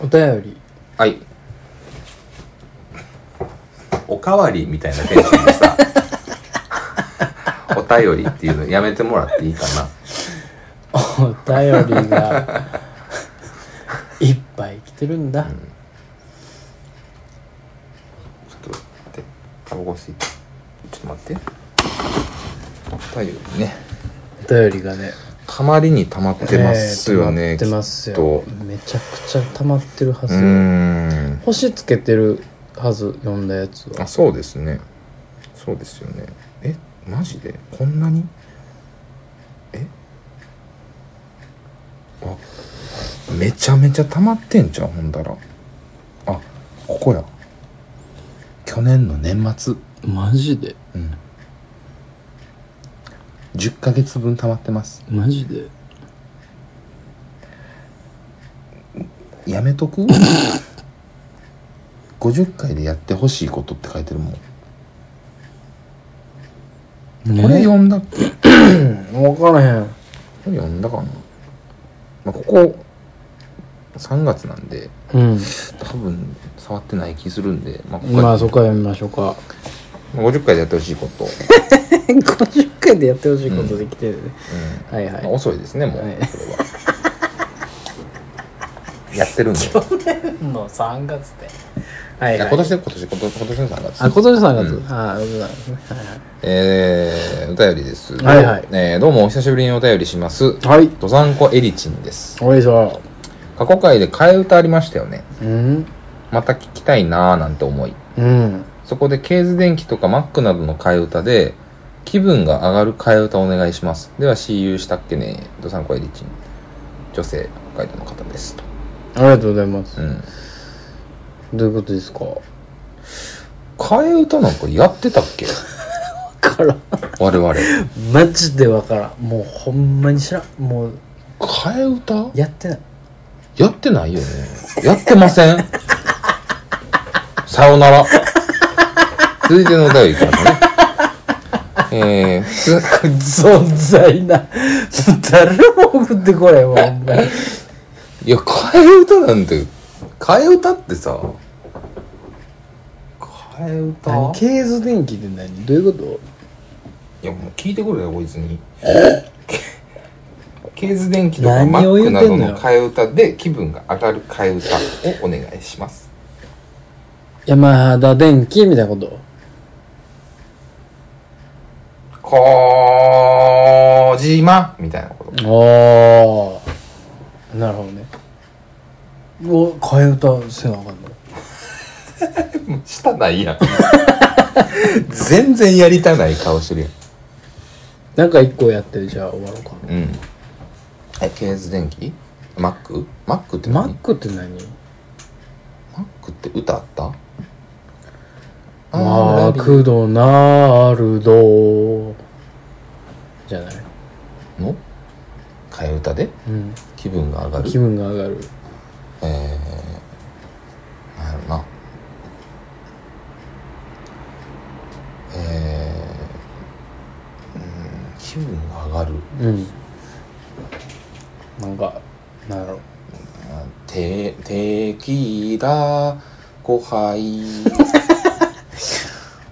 お便りはいおかわりみたいなテンション でさお便りっていうのやめてもらっていいかなお便り がいっぱい来てるんだ、ちょっと待ってタバコ吸いたちょっと待ってお便りねお便りがねたまりにたまってますよね、えー溜まってますよきっめちゃくちゃ溜まってるはとうず、ーん星つけてるはず読んだやつあはそうですねそうですよねえマジでこんなにえあめちゃめちゃ溜まってんじゃんほんだらあここや去年の年末マジでうん10ヶ月分溜まってますマジでやめとく50回でやってほしいことって書いてるもんこれ読んだっけ分からへんこれ読んだかな、まあ、ここ3月なんで うん多分触ってない気するんで、まあ、ここまあそこは読みましょうかまあ50回でやってほしいこと、うん50回でやってほしいことできてるね、はいはまあ、遅いですねもう、はいそれはやってるんでいの3月ではいやはい今年で今年今年今年の3月あ今年3月、うんああそうなんですねはえー、お便りですはいはいえーどうもお久しぶりにお便りしますいはいどさんこエリチンですおいしょ過去回で替え歌ありましたよねうんまた聞きたいなーなんて思いうんそこで、ケーズ電機とか Mac などの替え歌で、気分が上がる替え歌お願いします。では、CU したっけね。ドサンコエリチン。女性、北海道の方です。とありがとうございますうん。どういうことですか替え歌なんかやってたっけからん我々。マジでわからんもうほんまに知らんもう替え歌やってない やってないよね。やってません。さよなら。続いてのお便りいきますね。えー、普通存在な誰も送ってこれもうほんまにいや、替え歌なんて、替え歌ってさ、替え何いケーズ電気って何どういうこや、もう聞いてくれよ、こいつに。ケーズ電機とかマ何をッ言クうなてどんのよの替え歌で気分が上がる替え歌をお願いします。と山田電気みたいなことこーじまみたいなこと。ああなるほどねうわ替え歌せなあかんのしたないやん。全然やりたない顔してるやん。なんか一個やってじゃあ終わろうかうん。え、ケーズ電機マックマックってマ何ックって何マックって歌あったマクドナルドじゃないの替え歌でうん気分が上がる気分が上がるえー、なんやろなえー、うん気分が上がるうんなんかなんやろあてテキーラ5杯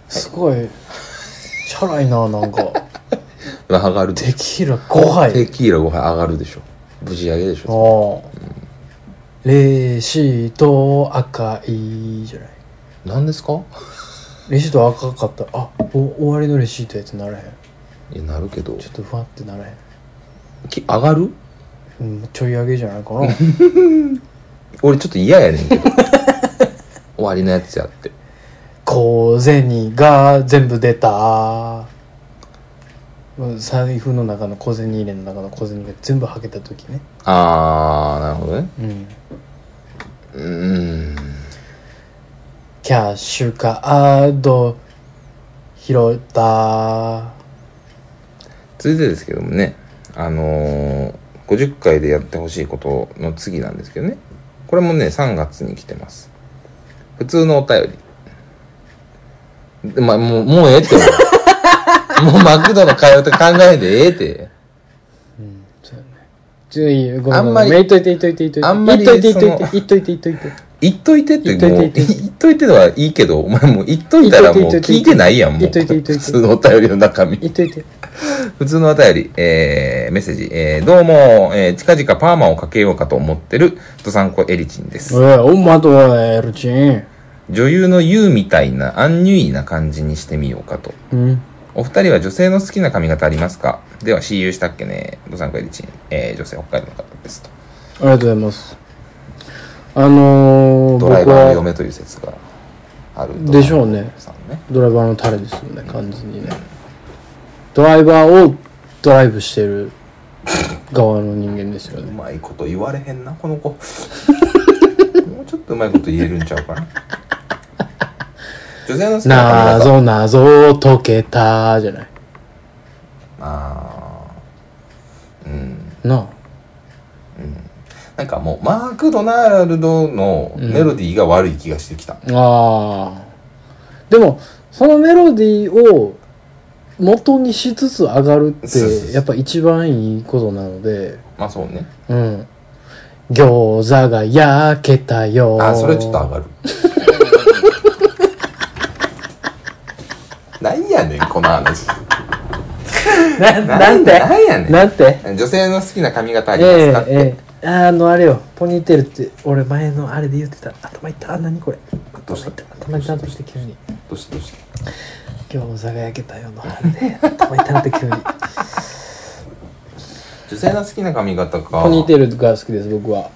すごいチャラいななん か上 がるでテキーラ5杯テキーラ5杯上がるでしょ無事上げでしょああレシート赤いじゃない何ですかレシート赤かったあお終わりのレシートやつならへんいやなるけどちょっとふわってならへん、き上がるうん、ちょい上げじゃないかな俺ちょっと嫌やね んけど終わりのやつやって小銭が全部出たうん財布の中の小銭入れの中の小銭が全部はけた時ねああなるほどねうんうーんキャッシュカード拾った続いてですけどもねあのー、50回でやってほしいことの次なんですけどねこれもね3月に来てます普通のお便りでまあもうもうええって 思うもうマクドの通うと考えんでええってうんそうやねちょいいごめんあんまりごめんいっといていっといていっといてあんまりいっといていっそといのていっといていっといて言っといてってもう、言言っといてっといてのはいいけど、お前もう言っといたらもう言っといて聞いてないやん、も言う。っといて言普っといて通のお便りの中身い。っといて普通のお便り、えー、メッセージ、えー、どうも、えー、近々パーマをかけようかと思ってる、ドサンコエリチンです。おいおまとはエルチン女優のユーみたいな、アンニュイな感じにしてみようかと。うんお二人は女性の好きな髪型ありますかでは、私有したっけね、ドサンコエリチン、えー、女性北海道の方ですと。ありがとうございますあのー、ドライ僕バーのは嫁という説がある。でしょうねドサンコさんね。ドライバーのタレですよね完全にねドライバーをドライブしてる側の人間ですよ うねまいこと言われへんな、こ の子。もうちょっとうまいこと言えるんちゃうかな。女性の好きな髪型。謎謎を解けたじゃないあーうん。ななんかもう、マーク・ドナルドのメロディーが悪い気がしてきた。ああーでもそのメロディーを元にしつつ上がるっそうそうそうてやっぱ一番いいことなのでまあそうね。うん餃子が焼けたよあ、それちょっ と上がる。なんやねん、この話。ななんでなんやねなんてん。女性の好きな髪型ありますかえって。えええあのあれよポニーテールって俺前のあれで言ってた頭痛い何これど頭うし痛いた頭痛いってきて急にどうしてどうして今日お酒焼けたよのあれで頭痛いって急 に女性の好きな髪型か。ポニーテールが好きです僕は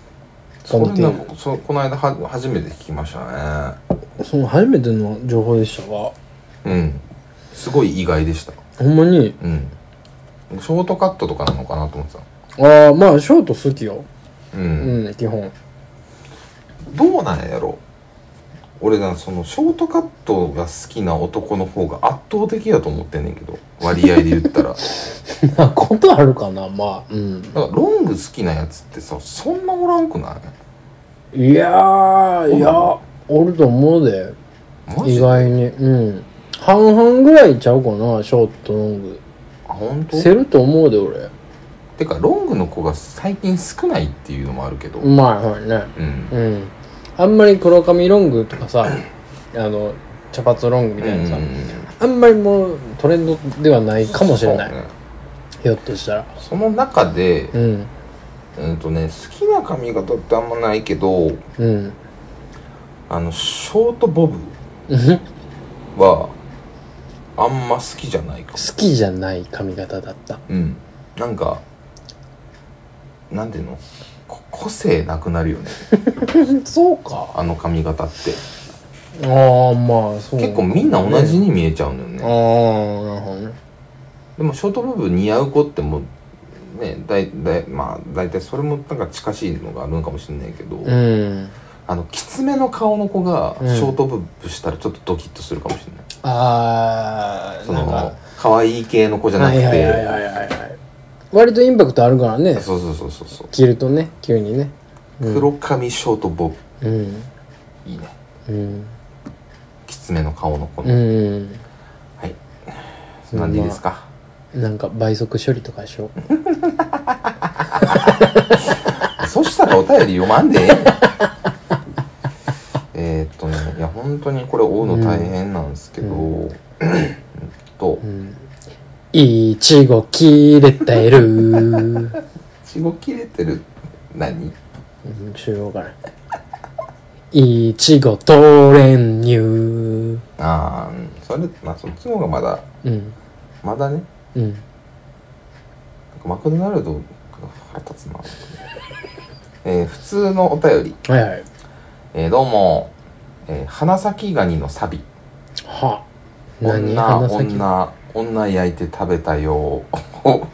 そポニれーテなーんかそうこの間は初めて聞きましたねルその初めての情報でしたわうんすごい意外でしたほんまにうんショートカットとかなのかなと思ってたああまあショート好きようん、うん基本どうなんやろ俺なそのショートカットが好きな男の方が圧倒的やと思ってんねんけど割合で言ったら だかまあことあるかなまあうんらロング好きなやつってさそんなおらんくないやーいやおると思うでいマジ意で外にうん半々ぐらいちゃうかなショートロングあ本当せると思うで俺てかロングの子が最近少ないっていうのもあるけどうまいはいねうんうんあんまり黒髪ロングとかさあの茶髪ロングみたいなさ、うんうんうんあんまりもうトレンドではないかもしれない、そうねひょっとしたらその中で、うんうんとね、好きな髪型ってあんまないけどうん あのショートボブうんはあんま好きじゃないかも好きじゃない髪型だったうんなんかなんていうのこ個性なくなるよねそうかあの髪型ってああまあそう結構みんな同じに見えちゃうんだよああねなるほどねでもショートボブ似合う子ってもうねだいだいまあ大体それもなんか近しいのがあるのかもしれないけど、うんあのきつめの顔の子がうんショートボブしたらちょっとドキッとするかもしれない、ああその可愛い系の子じゃなくて、はいはいはいはいはいはい割とインパクトあるからねそうそうそうそうそう、着るとね急にねうん黒髪ショートボうブんいいねうんきつめの顔の子、うんはいそんなんでいいですか、なんか倍速処理とかしようそしたらお便り読まんでええ やんえーっとねいや本当にこれ追うの大変なんですけど、うんとうんいちご切れてるうん「ちご切れてる何?しようかないちごと練乳うん」ああそれまあそっちの方がまだまだねうんなんかマクドナルドが腹立つな、 えー普通のお便りはいはいえーどうも、えー花咲ガニのサビ。はあ何女、鼻先女、女焼いて食べたよ。 お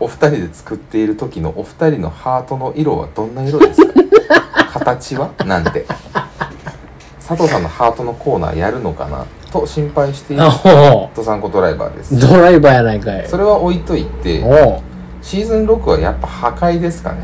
お二人で作っている時のお二人のハートの色はどんな色ですか 形はなんて。 佐藤さんのハートのコーナーやるのかなと心配しているあほとさんこドライバーですう。ドライバーやないかいそれは置いといて、おうシーズン6はやっぱ破壊です かね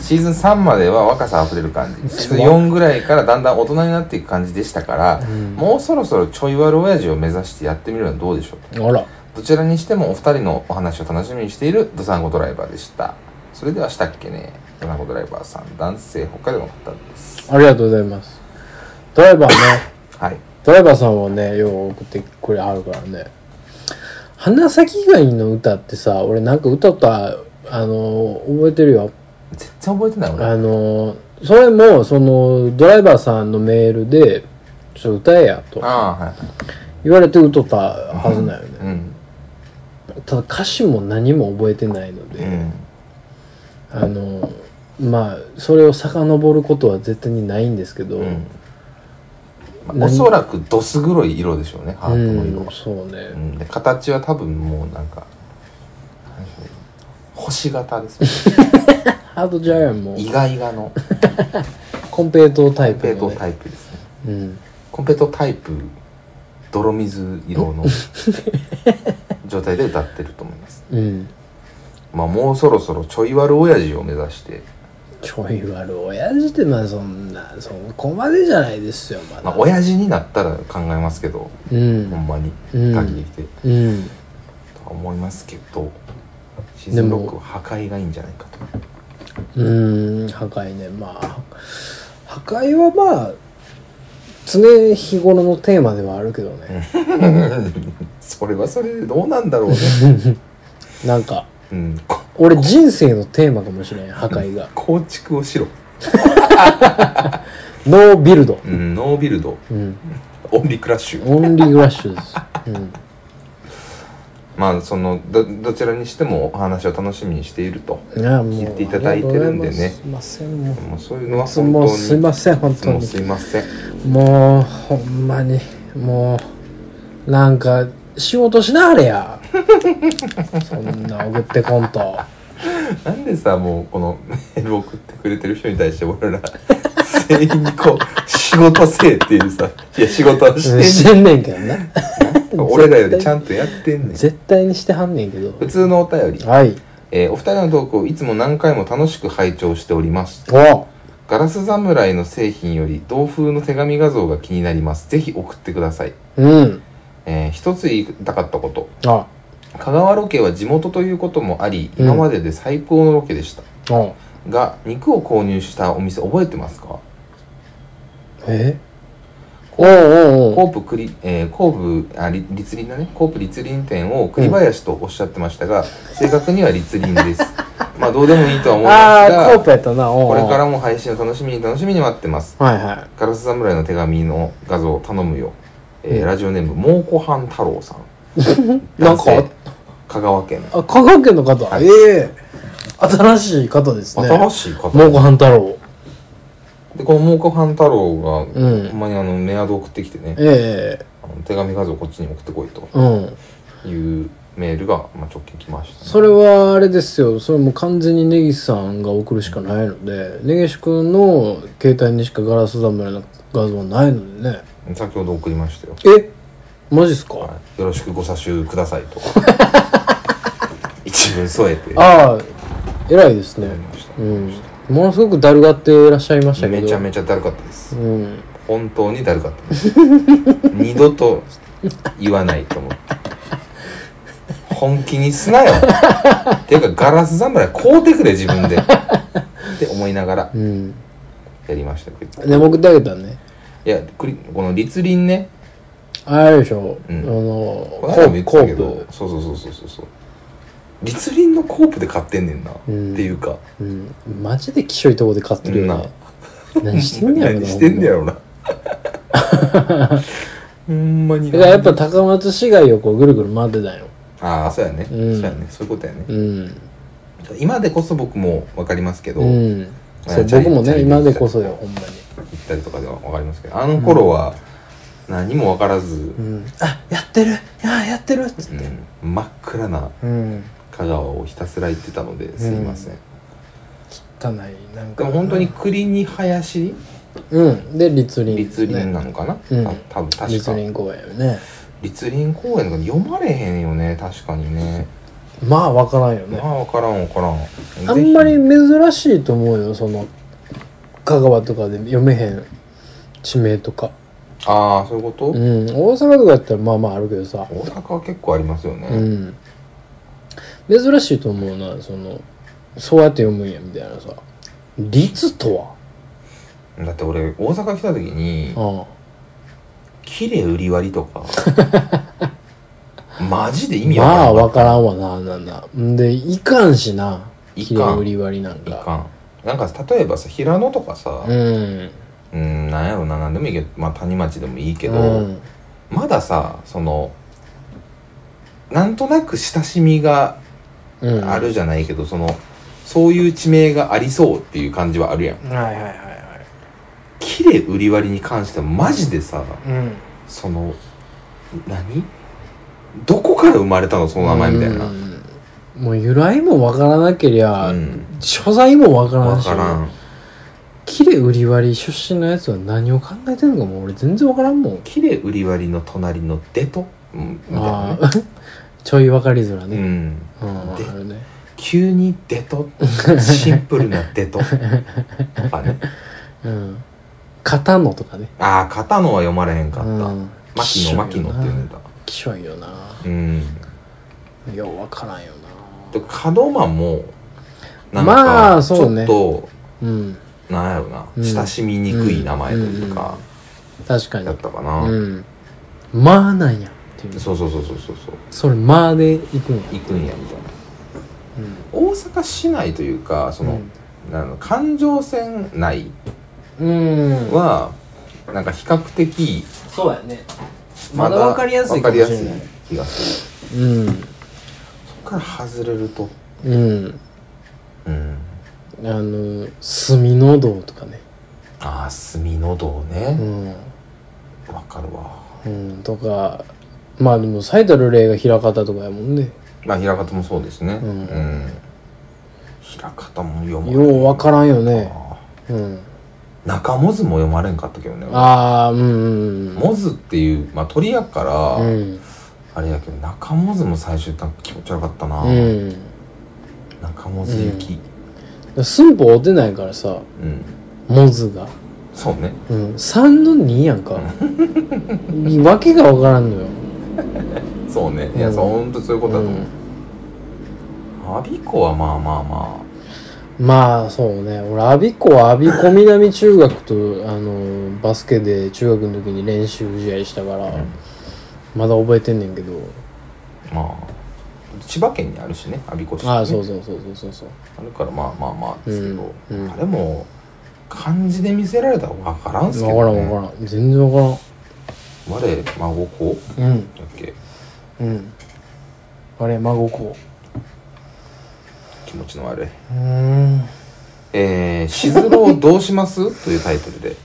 シーズン3までは若さあふれる感じシーズン4ぐらいからだんだん大人になっていく感じでしたから、んもうそろそろちょい悪親父を目指してやってみるのはどうでしょうかあらどちらにしてもお二人のお話を楽しみにしているドサンゴドライバーでしたそれではしたっけね山子ドライバーさん男性北海道の方ですありがとうございますドライバーねはいドライバーさんはねよう送ってくれはるからね花咲以外の歌ってさ俺なんか歌ったあの覚えてるよ全然覚えてない俺あのそれもそのドライバーさんのメールで「ちょっと歌えや」とああはい言われて歌ったはずなんよねうんただ歌詞も何も覚えてないので、うんあのまあそれを遡ることは絶対にないんですけど、うんまあおそらくどす黒い色でしょうねハートの色うはん、そうね、うんで形は多分もうなんかなんでしょうね星型ですよねハードジャイアンもイガイガのコンペイトータイコンプペイのトね、タイプですねうん、コンペイトタイプ泥水色 の状態で歌ってると思いますうん、まあもうそろそろちょい悪親父を目指して、ちょい悪親父ってまあそんなそこまでじゃないですよまだ、まあ、親父になったら考えますけどうほんんまにうん限りで、とうんは思いますけどシーズン6は破壊がいいんじゃないかとうん破壊ねまあ破壊はまあ常日頃のテーマではあるけどね、それはそれでどうなんだろうね、なんかうん、こ俺人生のテーマかもしれん破壊が構築をしろ、ノービルド、うん、ノービルドうん、オンリークラッシュオンリーグラッシュです、うん、まあそのどどちらにしてもお話を楽しみにしているといやもう聞いていただいてるんありがとでねうございますすいませんもうもうそういうのは本当にもうすいません本当もうにすいませんもうほんまにもうなんか仕事しなあれ やそんな送ってこんとなんでさもうこのメール送ってくれてる人に対して俺ら全員にこう仕事せえっていうさいや仕事はしてんねんしてんねんけど ね俺らよりちゃんとやってんねん絶対にしてはんねんけど普通のお便り、はいえーお二人のトークをいつも何回も楽しく拝聴しておりますおガラス侍の製品より同封の手紙画像が気になりますぜひ送ってください、うんえー一つ言いたかったことあ香川ロケは地元ということもありうん今までで最高のロケでした、おが肉を購入したお店覚えてますかえおうおうおうコープクリ、えー、コープあり立林だねコープ立林店を栗林とおっしゃってましたが、正確には立 林ですまあどうでもいいとは思いますああがコープやったなおうおうこれからも配信を楽しみに楽しみに待ってますはいはガラス侍の手紙の画像を頼むよ、えーうんラジオネーム猛虎飯太郎さんいなんか男性香川県あ香川県の方、はいええ新しい方ですね新しい方蒙古半太郎でこの猛虎飯太郎が、うんほんまにあのメアド送ってきてねええあの手紙画像こっちに送ってこいとうんいうメールが、まあ、直近来ました、ね、それはあれですよそれもう完全に根岸さんが送るしかないので根岸君の携帯にしかガラス侍の画像はないのでね先ほど送りましたよ、えマジっすか、はい、よろしくご査集ください と一文添えて送ああ偉いですねりましうたんものすごくだるがっていらっしゃいましたけどめちゃめちゃだるかったですうん本当にだるかったです二度と言わないと思って本気にすなよっていうかガラス侍買うてくれ自分でって思いながらうんやりましたけどで僕だけだねいやくりこの立林ねあれでしょ、うんあのこコの間も言ーっプコてたけーどプそうそうそうそうそうそう立林のコープで買ってんねんな、うんっていうかうんマジできしょいとこで買ってるよね何してんねやろな何してんねやろな ほんまにだからやっぱ高松市街をこうぐるぐる回ってたよああそうやね、うんそうやねそういうことやね、うん今でこそ僕も分かりますけど、う行んそうチャリ僕もチャねリ今でこそよほんまにったりとかでは分かりますけどあの頃は何も分からずう、んあやってるややってるっつうん真っ暗なうん香川をひたすら行ってたのですいません、汚いなんでかも本当に栗に林うんで栗林です立林ねなのかな、うんあ多分栗確か林公園よね立林公園とか読まれへんよね確かにねまあわからんよまねあ分からん分からんあんまり珍しいと思うよその香川とかで読めへん地名とかああそういうこと、うん大阪とかやったらまあまああるけどさ大阪は結構ありますよね、うん珍しいと思うなそのそうやって読むんやみたいなさ率とはだって俺大阪来た時にあ「綺麗売り割り」とかマジで意味まあわわからんわなあんなんなんでいかんしないか綺ん麗売り割りなんかんないかかんなんか例えばさ平野とかさうんうんなんやろな何でもいいけど、まあ、谷町でもいいけど、うんまださそのなんとなく親しみがうんあるじゃないけど、そのそういう地名がありそうっていう感じはあるやんはいはいはいはい綺麗売り割りに関してはマジでさうんその何どこから生まれたのその名前みたいなうんもう由来もわからなけりゃ、うん所在もわからん分しからん綺麗売り割り出身のやつは何を考えてんのかもう俺全然わからんもん綺麗売り割りの隣のデト、うん、みたいなあねあ ちょいわかりづらうね、んうん、あでるね急にデトシンプルなデトとかねうん片野とかねああ片野は読まれへんかった、うん牧野牧野っていうネタきしょいよなうんようわからんよで門真もなんまあかちそうょねっと、なうんなんやろな、うん親しみにくい名前といううんか、確かにだったかな、うんまあなんやっていうそうそうそうそうそうそうそれまあで行くんや行くんやみたいなうん大阪市内というかその、なんの環状線内うんは、なんか比較的そうやねまだ分かりやすいかかももししれれなないい気がするうんそこから外れるとうんうんあの墨の道とかねああ墨の道うねん、わ、かるわうん、とかまあでも最たる例が枚方とかやもんねまあ平方もそうですねう、うんん平方も読まれよう分からんよねあうんー中モズも読まれんかったけどねああうんうんモズっていう、まあ、鳥やから、うんうんあれやけど中モズも最初なんか気持ち悪かったな、うん中モズ行き寸法合ってないからさうん、モズが、そうねうん、3の2やんかわけが分からんのよそうねいや、うんそうほんとそういうことだと思う、アビコはまあまあままあそうね俺我孫子は我孫子南中学とあのバスケで中学の時に練習試合したから、うんまだ覚えてんねんけどあまあ千葉県にあるしね我孫子市、ね、ああそうそうそうそうそうそうあるからまあまあまあですけど、うんうんあれも漢字で見せられたら分からんすけ分からど、んね、分からん全然分我孫子からんだっけうんうんあれ孫子気持ちの悪いうーんえー「しずろをどうします?」というタイトルで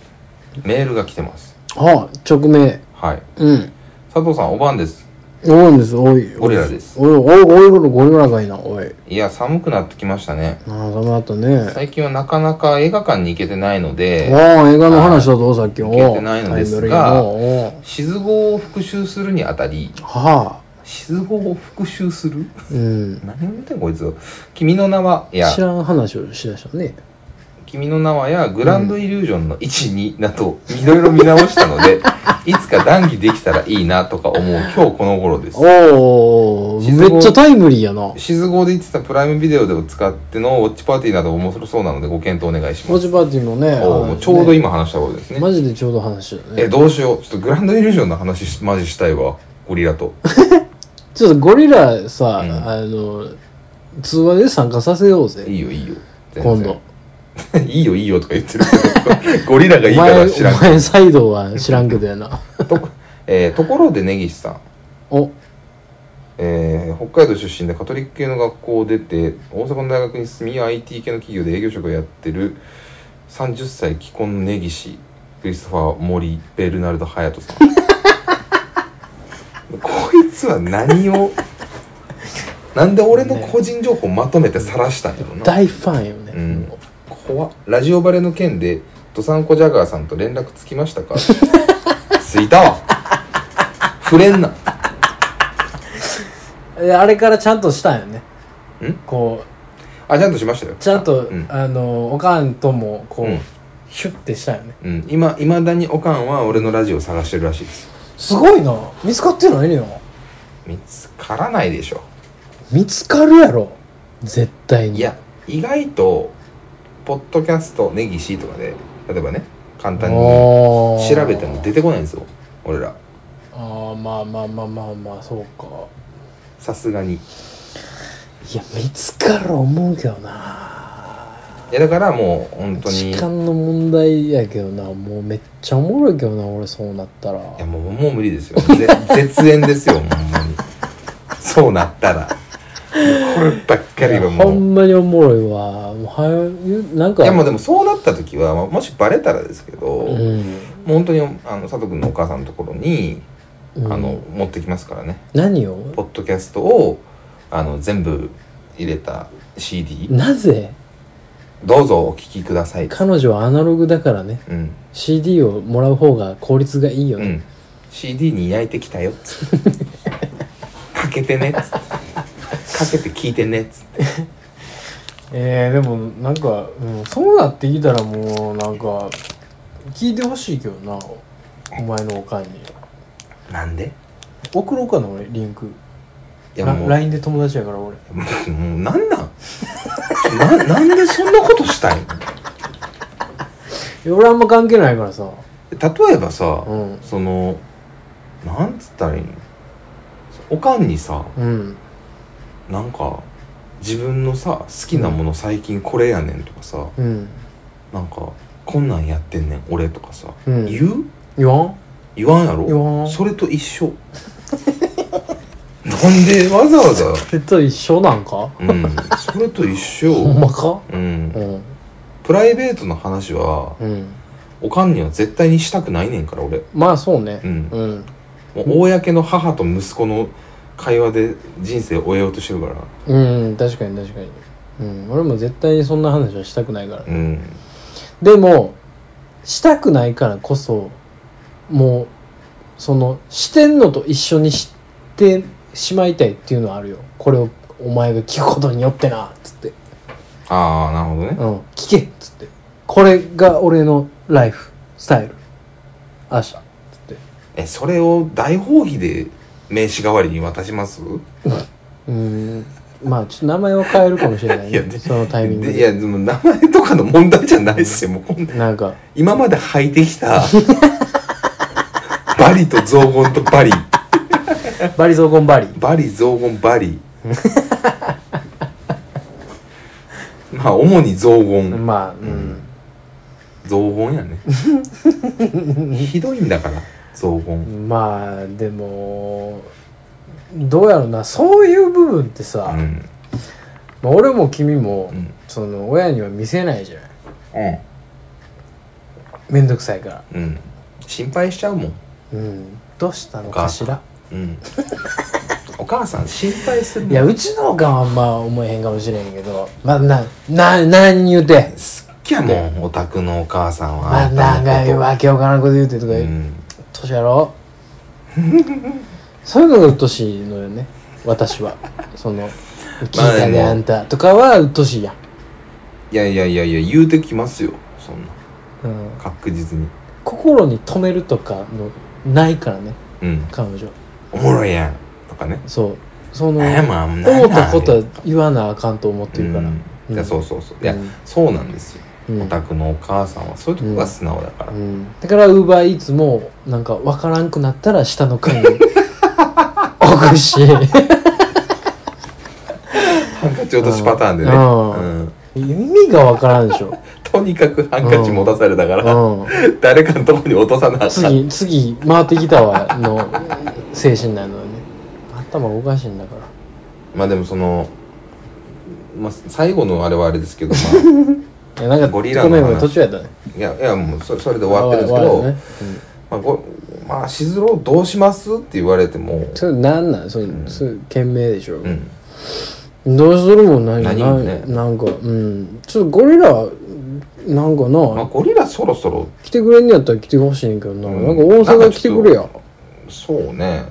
メールが来てますあ直名はいうん佐藤さんおばんです多いんです多いゴリラですおいおいおいゴリラがいいなおいいや寒くなってきましたねああダメだったね最近はなかなか映画館に行けてないのでああ映画の話だぞさっきいけてないのですがおうおうしず語を復習するにあたりはあしず語を復習するうん何を言ってんのこいつ君の名はや知らん話をしだしたね君の名はやグランドイリュージョンの1、2などいろいろ見直したの でいつか談義できたらいいなとか思う今日この頃ですおお静岡めっちゃタイムリーやなシズゴで言ってたプライムビデオでも使ってのウォッチパーティーなど面白そうなのでご検討お願いしまポす。ジパーティーのねおうもう話ちょうどね今話したことですね。マジでちょうど話だえ、ねどうしよう。ちょっとグランドイリュージョンの話しマジしたいわ。ゴリラと。ちょっとゴリラさ、うんあの通話で参加させよういぜいよいいよ。全然今度。 いいよいいよとか言ってるけど、ゴリラがおいいか前らお知らん。前サイドは知らんけどや なとえーところで根岸さん。おえー北海道出身でカトリック系の学校を出て大阪の大学に進み IT 系の企業で営業職をやってる30歳既婚の根岸クリストファー・モリベルナルド・ハヤトさんこいつは何をなんで俺の個人情報まとめて晒したんやろな、大ファンよね、うん、怖っラジオバレの件でドサンコジャガーさんと連絡つきまし たかついたわ触れんなえあれからちゃんとしたんよねんこあちゃんとしましたようちゃんと、うんあのおかんともこう、うんヒュッてしたよねうん、今いまだにおかんは俺のラジオ探してるらしいですすごいな見つかってないのよ見つからないでしょ見つかるやろ絶対にいや意外とポッドキャスト根岸とかで例えばね簡単に調おーべても出てこないんですよ俺らああまあまあまあまあまあそうかさすがにいいや見つかる思うけどなやだからもう本当にい時や間の問題やけどなもうめっちゃおもろいけどな俺そうなったらもうもう無理ですよぜ 絶縁ですよほんまにそうなったらもうこればっかりはもほうんまにおもろいわもうはよなんいかやもうでもそうなった時はまあもしバレたらですけど、うもん、う本当にあの佐藤君のお母さんのところに、うんあの持ってきますからね何をポッドキャストをあの全部入れた CD なぜどうぞお聴きください、彼女はアナログだからねうん、 CD をもらう方が効率がいいようね、ん、CD に焼いてき たよっつってかけてねっつってかけて聞いてねっつってえー、でもなんか、うん、そうなってきたらもうなんか聞いてほしいけどなお前のおかんになんで送ろうかな俺リンクいやもうラ LINE で友達やから俺もうもうなんなん ななんでそんなことしたいのいや俺あんま関係ないからさ例えばさ、うんそのなんつったらいいのおかんにさうんなんか自分のさ好きなもの最近これやねんとかさ、うんなんかこんなんやってんねん俺とかさ、うん言う言わん言わんやろ言わんそれと一緒なんでわざわざそれと一緒なんかうんそれと一ほん緒まかうんうんプライベートの話はうんおかんには絶対にしたくないねんから俺まあそうねうんうんもう公の母と息子の会話で人生を終えようとしてるからうん確かに確かにうん俺も絶対にそんな話はしたくないからうんでもしたくないからこそもうそのしてんのと一緒にしてしまいたいっていうのはあるよこれをお前が聞くことによってなっつってああなるほどねうん、聞けっつってこれが俺のライフスタイル明日っつってえそれを大放棄で名刺代わりに渡しますうーんまあちょっと名前を変えるかもしれないいやねでそのタイミングでいでやでも名前とかの問題じゃないっすよもうこんななんか今まで履いてきたバリと雑言とバリバリ雑言バリバリ雑言バリまあ主に雑言まあうん、雑言やねひどいんだから雑言まあでもどうやろうなそういう部分ってさ、うんまあ、俺も君も、うんその親には見せないじゃないうんめんどくさいからうん心配しちゃうもんうんどうしたのかしらうん お母さん心配するもんいやうちのおかんはあんま思えへんかもしれんけどまあなな何言うてすっきゃもんお宅のお母さんはまあ、んたなのんことか、わけわからんこと言うてとか、うん年やろ そういうのがうっとしいのよね、私は。その、聞いたでね、もあんたとかはうっとしいやん。いやいやいやいや言うてきますよそんなうん、確実に心に留めるとかの、ないからね、うん彼女。おもろいやんとかねそう。その、あやまあ思ったことは言わなあかんと思ってるから。いやそうそうそういやうんそうなんですようんお宅のお母さんはそういうとこが素直だからうんだからウーバーイーツもなんか分からんくなったら下の 階に置くしハンカチ落としパターンでねうんうん意味が分からんで しょとにかくハンカチ持たされたからう誰かのとこに落とさなあかん、ん次次回ってきたわの精神なのよね頭おかしいんだからまあでもそのまあ最後のあれはあれですけどまいやなんかゴリラのご話めんごめん途中やったね あいやいやもうそそれで終わってるんですけ終わどるねまあごまあしずろうどうしますって言われてもそれなんなんそれそれ懸命でしょ、うんどうするもない何なもねなんかうんちょっとゴリラなんかな、まあゴリラそろそろ来てくれんのやったら来てほしいねんけどな、うんなんか大阪来てくれやなんかそうね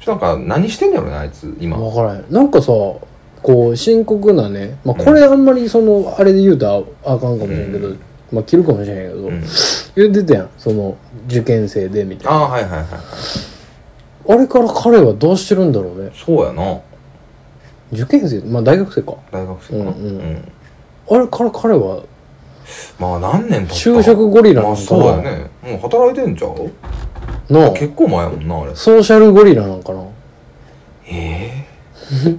ちょっとなんか何してんだろうねあいつ今分からへんなんかさこう深刻なね、まあ、これあんまりその、あれで言うとああかんかもしれんけど、うんまあ切るかもしれんけど、うん言ってたやんその受験生でみたいなああはいはいはいはいあれから彼はどうしてるんだろうねそうやな受験生まあ大学生か大学生かなうんうんうんあれから彼はまあ何年経った就職ゴリラまなんあそかうなだ、ねもう働いてんちゃうの結構前やもんなあれソーシャルゴリラなんかなええ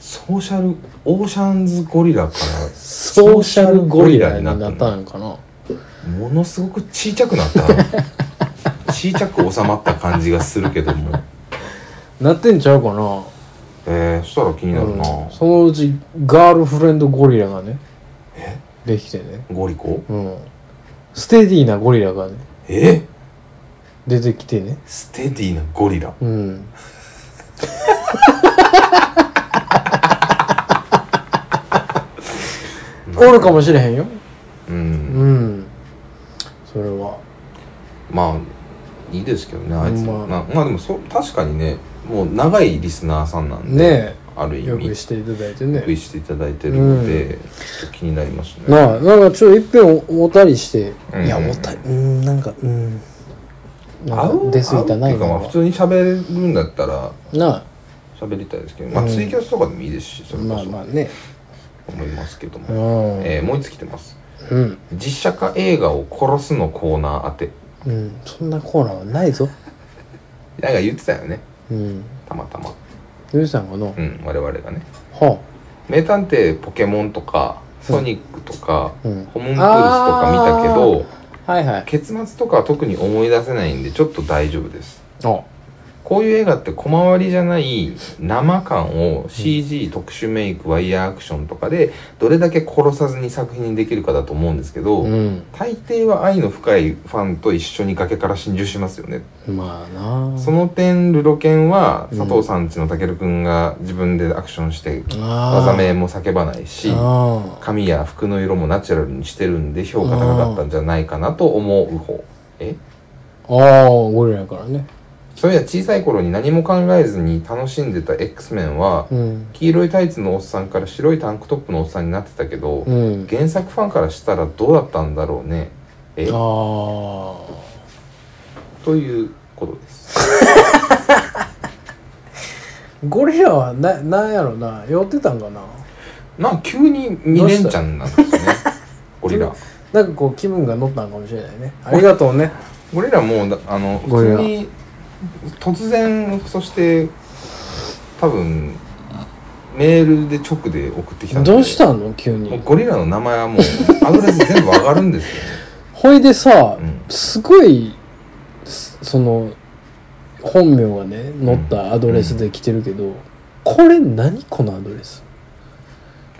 ソーシャルオーシャンズゴリラかソーシャルゴリラになったんかならものすごく小さくなった 小さく収まった感じがするけどもなってんちゃうかなえー、そしたら気になるうな、んそのうちガールフレンドゴリラがねできてねゴリコうんステディなゴリラがねえ出てきてねステディなゴリラうん おるかもしれへんよううんんそれはまあいいですけどねあいつまも、なまあでもそ確かにねもう長いリスナーさんなんでねあるえ意よ味くしていただいてねびしていただいてるので、ちょっと気になりますねなあなんかちょっと一遍おおたりして、うんいやおたりうんなんかうんなんうか出過ぎたな合うっていう今かまあは普通に喋るんだったらな喋りたいですけど、まあ、うんツイキャスとかでもいいですしそあれこまあそまあね思いますけどうも、ん、えーもう一つ来てますうん実写化映画を殺すのコーナー当てうんそんなコーナーはないぞなんか言ってたよねうんたまたまゆうさんかな、うん我々がねは名探偵ポケモンとかソニックとか、あうんホモンクールスとか見たけどはいはい結末とかは特に思い出せないんでちょっと大丈夫ですあこういう映画って小回りじゃない生感を CG、特殊メイクワイヤーアクションとかでどれだけ殺さずに作品にできるかだと思うんですけど、うん大抵は愛の深いファンと一緒に崖から侵入しますよね、まあなあその点ルロケンはうん佐藤さんちのたけるくんが自分でアクションしてあ技名も叫ばないしああ髪や服の色もナチュラルにしてるんで評価高かったんじゃないかなと思う方えああゴリラやからねそういや小さい頃に何も考えずに楽しんでた X メンはうん黄色いタイツのおっさんから白いタンクトップのおっさんになってたけど、うん原作ファンからしたらどうだったんだろうねえああということですゴリラはななんやろな酔ってたんかななんか急に2連チャンなんで すねゴリラなんかこう気分が乗ったんかもしれないねありがとうねゴリラもうだあのゴリ普ラ通に突然そして多分メールで直で送ってきたんでどうしたの急もうにゴリラの名前はもうアドレス全部上がるんですよ、 ほいでさ、うんすごいすその本名がね載ったアドレスで来てるけど、これ何このアドレス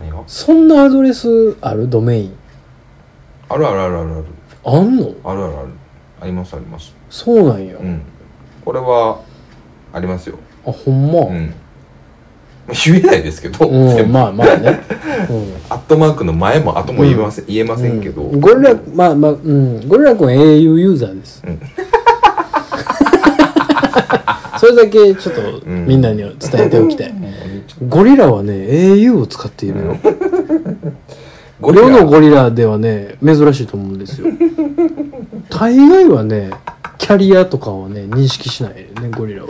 何がそんなアドレスあるドメインあるあるあるあるあるあんのあるあるあるありますありますそうなんや、うんこれはありますよあほんま、うんまあ言えないですけど、うん、全部まあまあね、うん アットマークの前も後も言えません,、言えませんけど、うんゴリラまあまあうんゴリラ君は au ユーザーです、うん それだけちょっとうんみんなには伝えておきたい、うんゴリラはね au を使っているよ、ゴリ世ラのゴリラではね珍しいと思うん ですよ大概はねキャリアとかをね認識しないよねゴリラは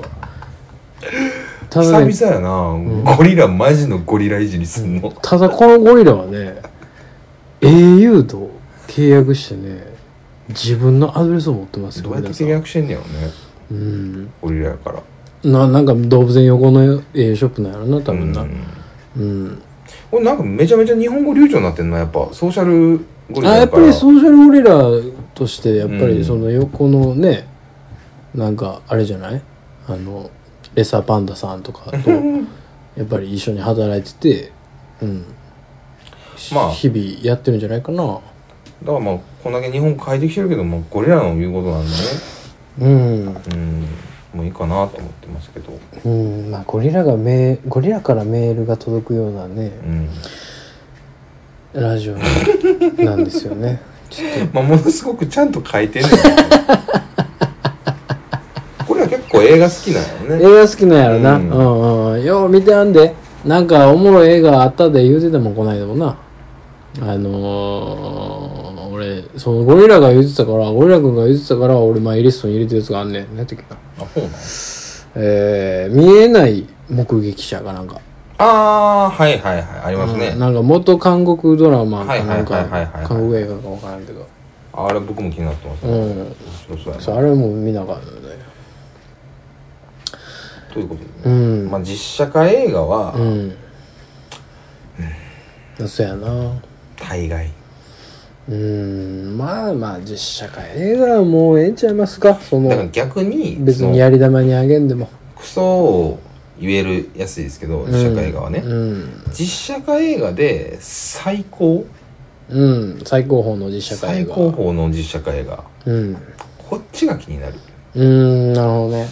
ただね久々やな、ゴリラマジのゴリラいじりすんの、ただこのゴリラはね au と契約してね自分のアドレスを持ってますどようやって皆さん契約してんねやろねうんゴリラやからななんか動物園横の A ショップなんやろな多分なううんん、これなんかめちゃめちゃ日本語流暢になってんなやっぱソーシャルゴリあラややっかぱらりソーシャルゴリラとしてやっぱうんりその横のね、なんかあれじゃないあのレッサーパンダさんとか とやっぱり一緒に働いててうんまあ日々やってるんじゃないかなだからまあこんだけ日本語変えてきてるけど、まあ、ゴリラの言うことなんでねうんうんもういいかなと思ってますけどうんまあゴリラがメゴリラからメールが届くようなねうんラジオなんですよ ねちょっと まあ、ものすごくちゃんと書いてんねん これは結構映画好きなんや映ろね画好きなんやろな、ううんん、うんうんよう見てあんでなんかおもろい映画あったで言うてたもんこないだもんなあのー、俺そのゴリラが言うてたからゴリラ君が言うてたから俺マイリストに入れてるやつがあんねん何やったっけなあそうなんえー、見えない目撃者がなんかああーはいはいはいありますね、うんなんか元韓国ドラマかなんはかいはいはいはいはい韓国映画かわからんけどあれ僕も気になってますうね、んそうそうやなそうあれも見なかったねということでね、うんまあ実写化映画は、うんそうやな大概うんまあまあ実写化映画はもうええんちゃいますかそだからの逆に別にそやり玉にあげんでものクソを言えるやすいですけど実写化映画はね、うん、実写化映画で最高うん、最高峰の実写化映最画高峰の実写化映画うんこっちが気になるうんなるほどね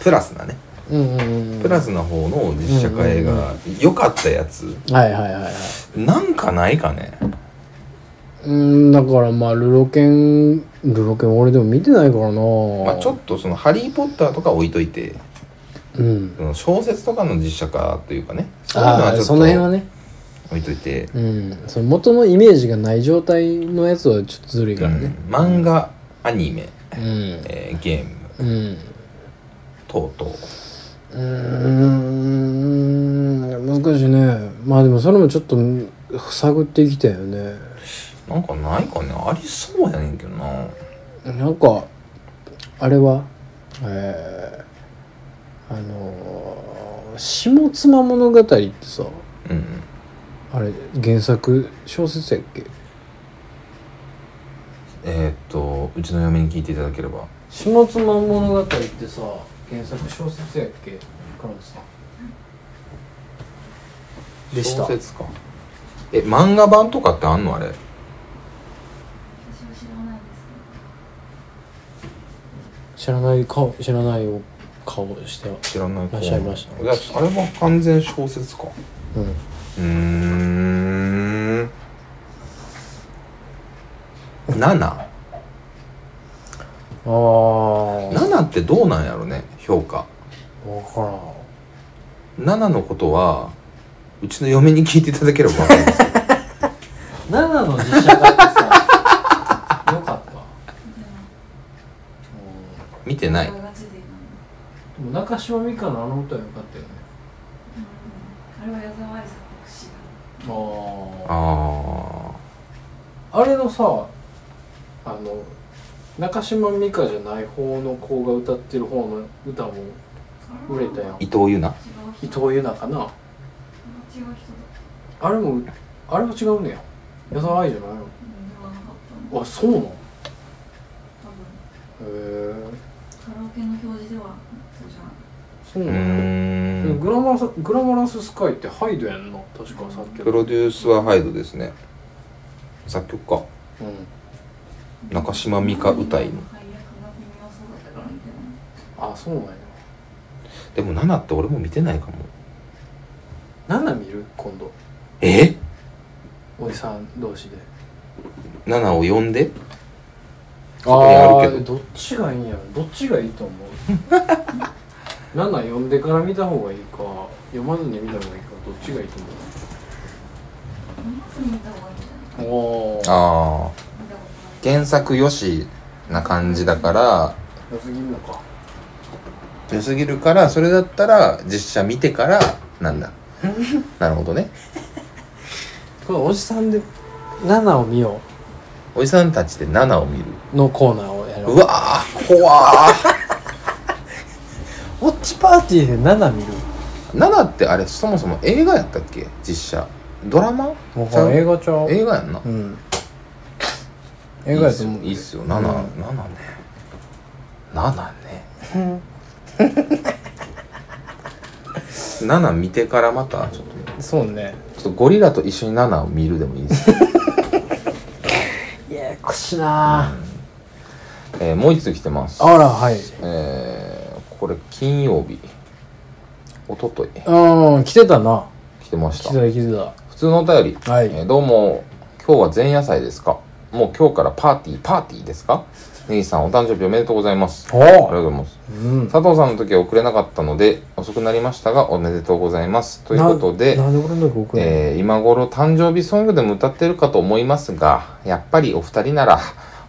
プラスなねうんうんプラスな方の実写化映画良、かったやつうんはいはいはいはいなんかないかねうんだからまあルロケンルロケン俺でも見てないからなまあ、ちょっとその「ハリー・ポッター」とか置いといてうんその小説とかの実写化というかねそういうのあはあちょっその辺はとね置いといて、うんその元のイメージがない状態のやつはちょっとずるいからねうん漫画アニメ、うんえーゲームうん等々うーん難しいねまあでもそれもちょっと探っていきたいよねなんかないかねありそうやねんけどななんかあれはえー、あのー下妻物語」ってさうんあれ原作小説やっけえーっとうちの嫁に聞いていただければ下妻物語ってさ原作小説やっけ彼女さんでした小説かえ漫画版とかってあんのあれ私は知らないですけど知らない顔知らないお顔しては知らないいらっしゃいましたいやあれは完全小説かうんうーん77ああってどうなんやろね評価分からん7のことはうちの嫁に聞いていただければ分かり ます7の実写化ってさよかったみたい見なてない動画がついていたうんでのも中島美嘉のあの歌はよかったよねうんうんあれは矢沢愛さんの詞だああああれのさあの中島美嘉じゃない方の子が歌ってる方の歌も売れたやんー伊藤優奈違う伊人藤優奈かな違う人だあれもあれは違うねや矢沢愛じゃないうんではなかったののあそうなんへ多分えカラオケの表示ではそうじゃなそうなういうんやーんグラマラスグラマラススカイってハイドやんな確かさっきのプロデュースはハイドですね作曲家うん中島美嘉歌いの配役が微妙そうだったからみたいなあそうなんやでも7って俺も見てないかも7見る今度えおじさん同士で7を呼んであこにあるけどーどっちがいいんやろどっちがいいと思う 7読んでから見た方がいいか読まずに見た方がいいかどっちがいいと見ます見た方がいいんじゃない思うおーああ見たことない原作よしな感じだから良すぎるのか良すぎるからそれだったら実写見てからな んだなるほどねこのおじさんで7を見よおじさんたちで7を見るうのコーナーをやろううわー怖ーウォッチパーティーで7見る7ってあれそもそも映画やったっけ実写ドラマもうちゃう映画ちゃう映画やんなうん映画やといいっす思よういいっすよ7、7ね7ねうん 7見てからまたちょっとちそうねょっとゴリラと一緒に7を見るでもいいですよ、いやこしなえーもう1つ来てますあらはいえーこれ金曜日おとというん来てたな来てまし来たてた来てた普通のお便り、はいえーどうも今日は前夜祭ですかもう今日からパーティーパーティーですかネギさんお誕生日おめでとうございますあおりがとうございますうん佐藤さんの時は遅れなかったので遅くなりましたがおめでとうございますということでななんでこれだけ送るの、えー今頃誕生日ソングでも歌ってるかと思いますがやっぱりお二人なら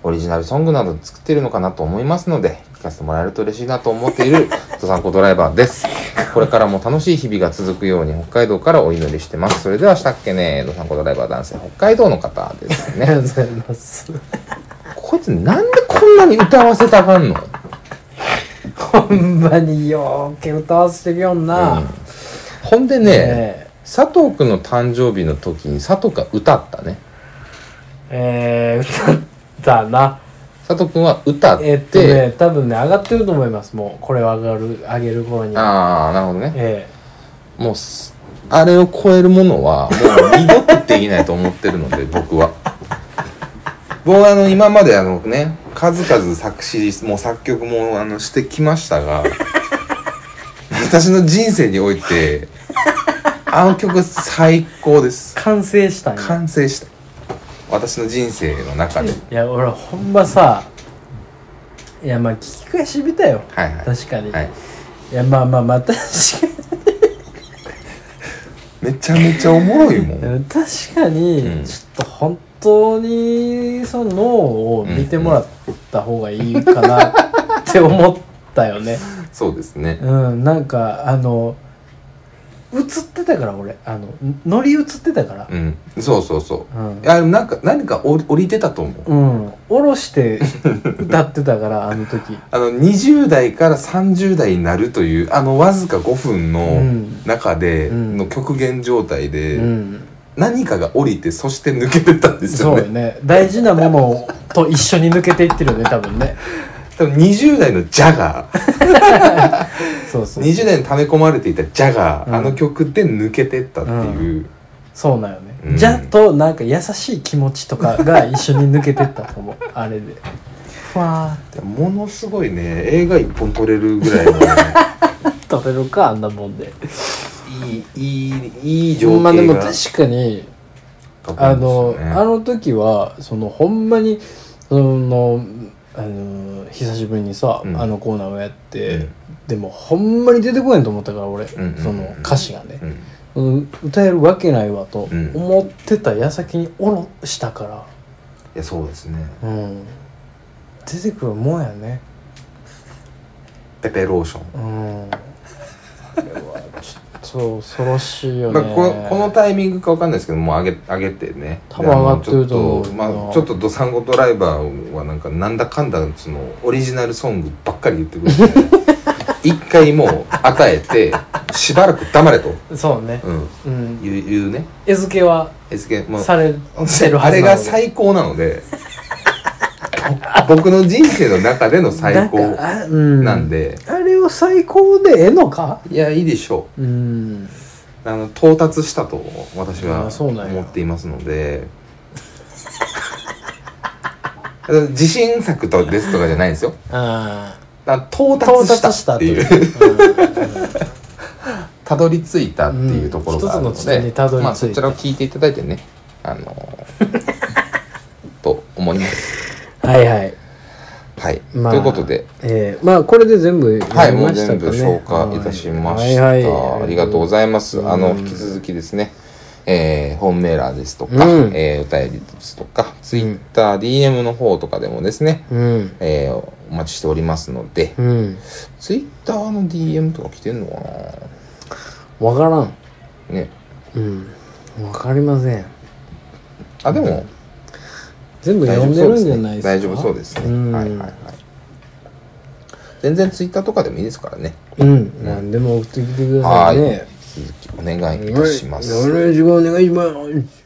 オリジナルソング など作ってるのかなと思いますので聞かせてもらえると嬉しいなと思っているドサンコドライバーですこれからも楽しい日々が続くように北海道からお祈りしてます。それではしたっけねー。どさんこドライバー男性、北海道の方ですありがとね。うございます。こいつなんでこんなに歌わせたがんのほんまにようけ歌わせてみよんな。うんほんでね、え佐藤くんの誕生日の時に佐藤が歌ったね。ええー、歌ったな。佐藤くんは歌って、えっとね、多分ね、上がってると思います。もう、これを上がる、上げる頃には。ああ、なるほどね。えもうす、あれを超えるものは、もう二度とできないと思ってるので、 僕は。僕はあの、今まであのね、数々作詞も作曲もあの、してきましたが、 私の人生において、あの曲最高でえす。完成したんや。完成した。私の人生の中で。いや、俺、ほんまさ、いや、まあ、聞き返し見たよ。はいはい。確かに。はい。いや、まあまあ、まあ、確めちゃめちゃおもろいもん。かに、確かに、うんちょっと本当に、その脳を見てもらった方がいいか なって思ったよね。そうですね。うん、なんか、あの、映ってたから、俺。あの、乗り映ってたから。うん。そうそうそう。うんい。や、なんか、何か降り降りてたと思う。うん、下ろして歌ってた から、あの時。あの、20代から30代になるという、あの、わずか5分うのん。中で、うんの極限状態で、うん。何かが降りて、そして抜けてったんですそようよね。ね。大事なものと一緒に抜けていってるよね、多分ね。多分20代のジャガー、そうそう。 20代に溜め込まれていたジャガー、うんあの曲で抜けてったっていう、そうなんよね。うんじゃと、なんか優しい気持ちとかが一緒に抜けてったと思 う。あれで。ふわーっものすごいね、映画一本撮れるぐ らいの、ね、て食べるか、あんなもんで。いい、いい、いいほ情景んがまあでも確かに、確あの、あの、の時は、その、ほんまに、その、あの、久しぶりにさ、うんあのコーナーをやって、うんでも、ほんまに出てこへんと思ったから、俺、んうんうんその歌詞がね、うん、うん歌えるわけないわとうん思ってた矢先におろしたかいや、そうですね。ら、うん、出てくるもんやね。ペペローション。う ん、これはちょっと恐ろしいよまね。あ、このこのタイミングかわかんないですけどもう上げ上げてね多分上がってると思うであのちょっまあ、ちょっとドサンゴドライバーはなんかなんだかんだそのオリジナルソングばっかり言ってくるん で一回もう与えてしばらく黙れと、そうね。うん、うん、言う言うね餌付けは SK もうされてるはずなのあれが最高なので僕の人生の中での最高なんかあうんなんで、あれを最高でええのかいやいいでしょううんあの到達したと私はあそうなんや思っていますので あの自信作とですとかじゃないんですよああ到到達した達したっとていいうううんたどり着いたっていうところがあるのうん一つの地で、点にたどり着いたまあ、そちらを聞いていただいてねあの と思いますはいはいはい、まあということでえー、まあこれで全部はやい、りもうまし全たか部ね消化いたしました。はいはいありがとうございます。あの、うん引き続きですね、えー、本メーラーですとか、うんえー、お便りですとか、ツイッター、DM の方とかでもですね、うんえー、お待ちしておりますので、うんツイッターの DM とか来てんのかわからんなね。うんわかりませんあ、でも、全部大読丈んでる夫そうでんすじゃねない。ですか大丈夫そうですうんね。はいはいはい。全然ツイッターとかでもいいですからね。うん何でも送ってきてくださいね引き続きお願いいたします。はいよろしくお願いします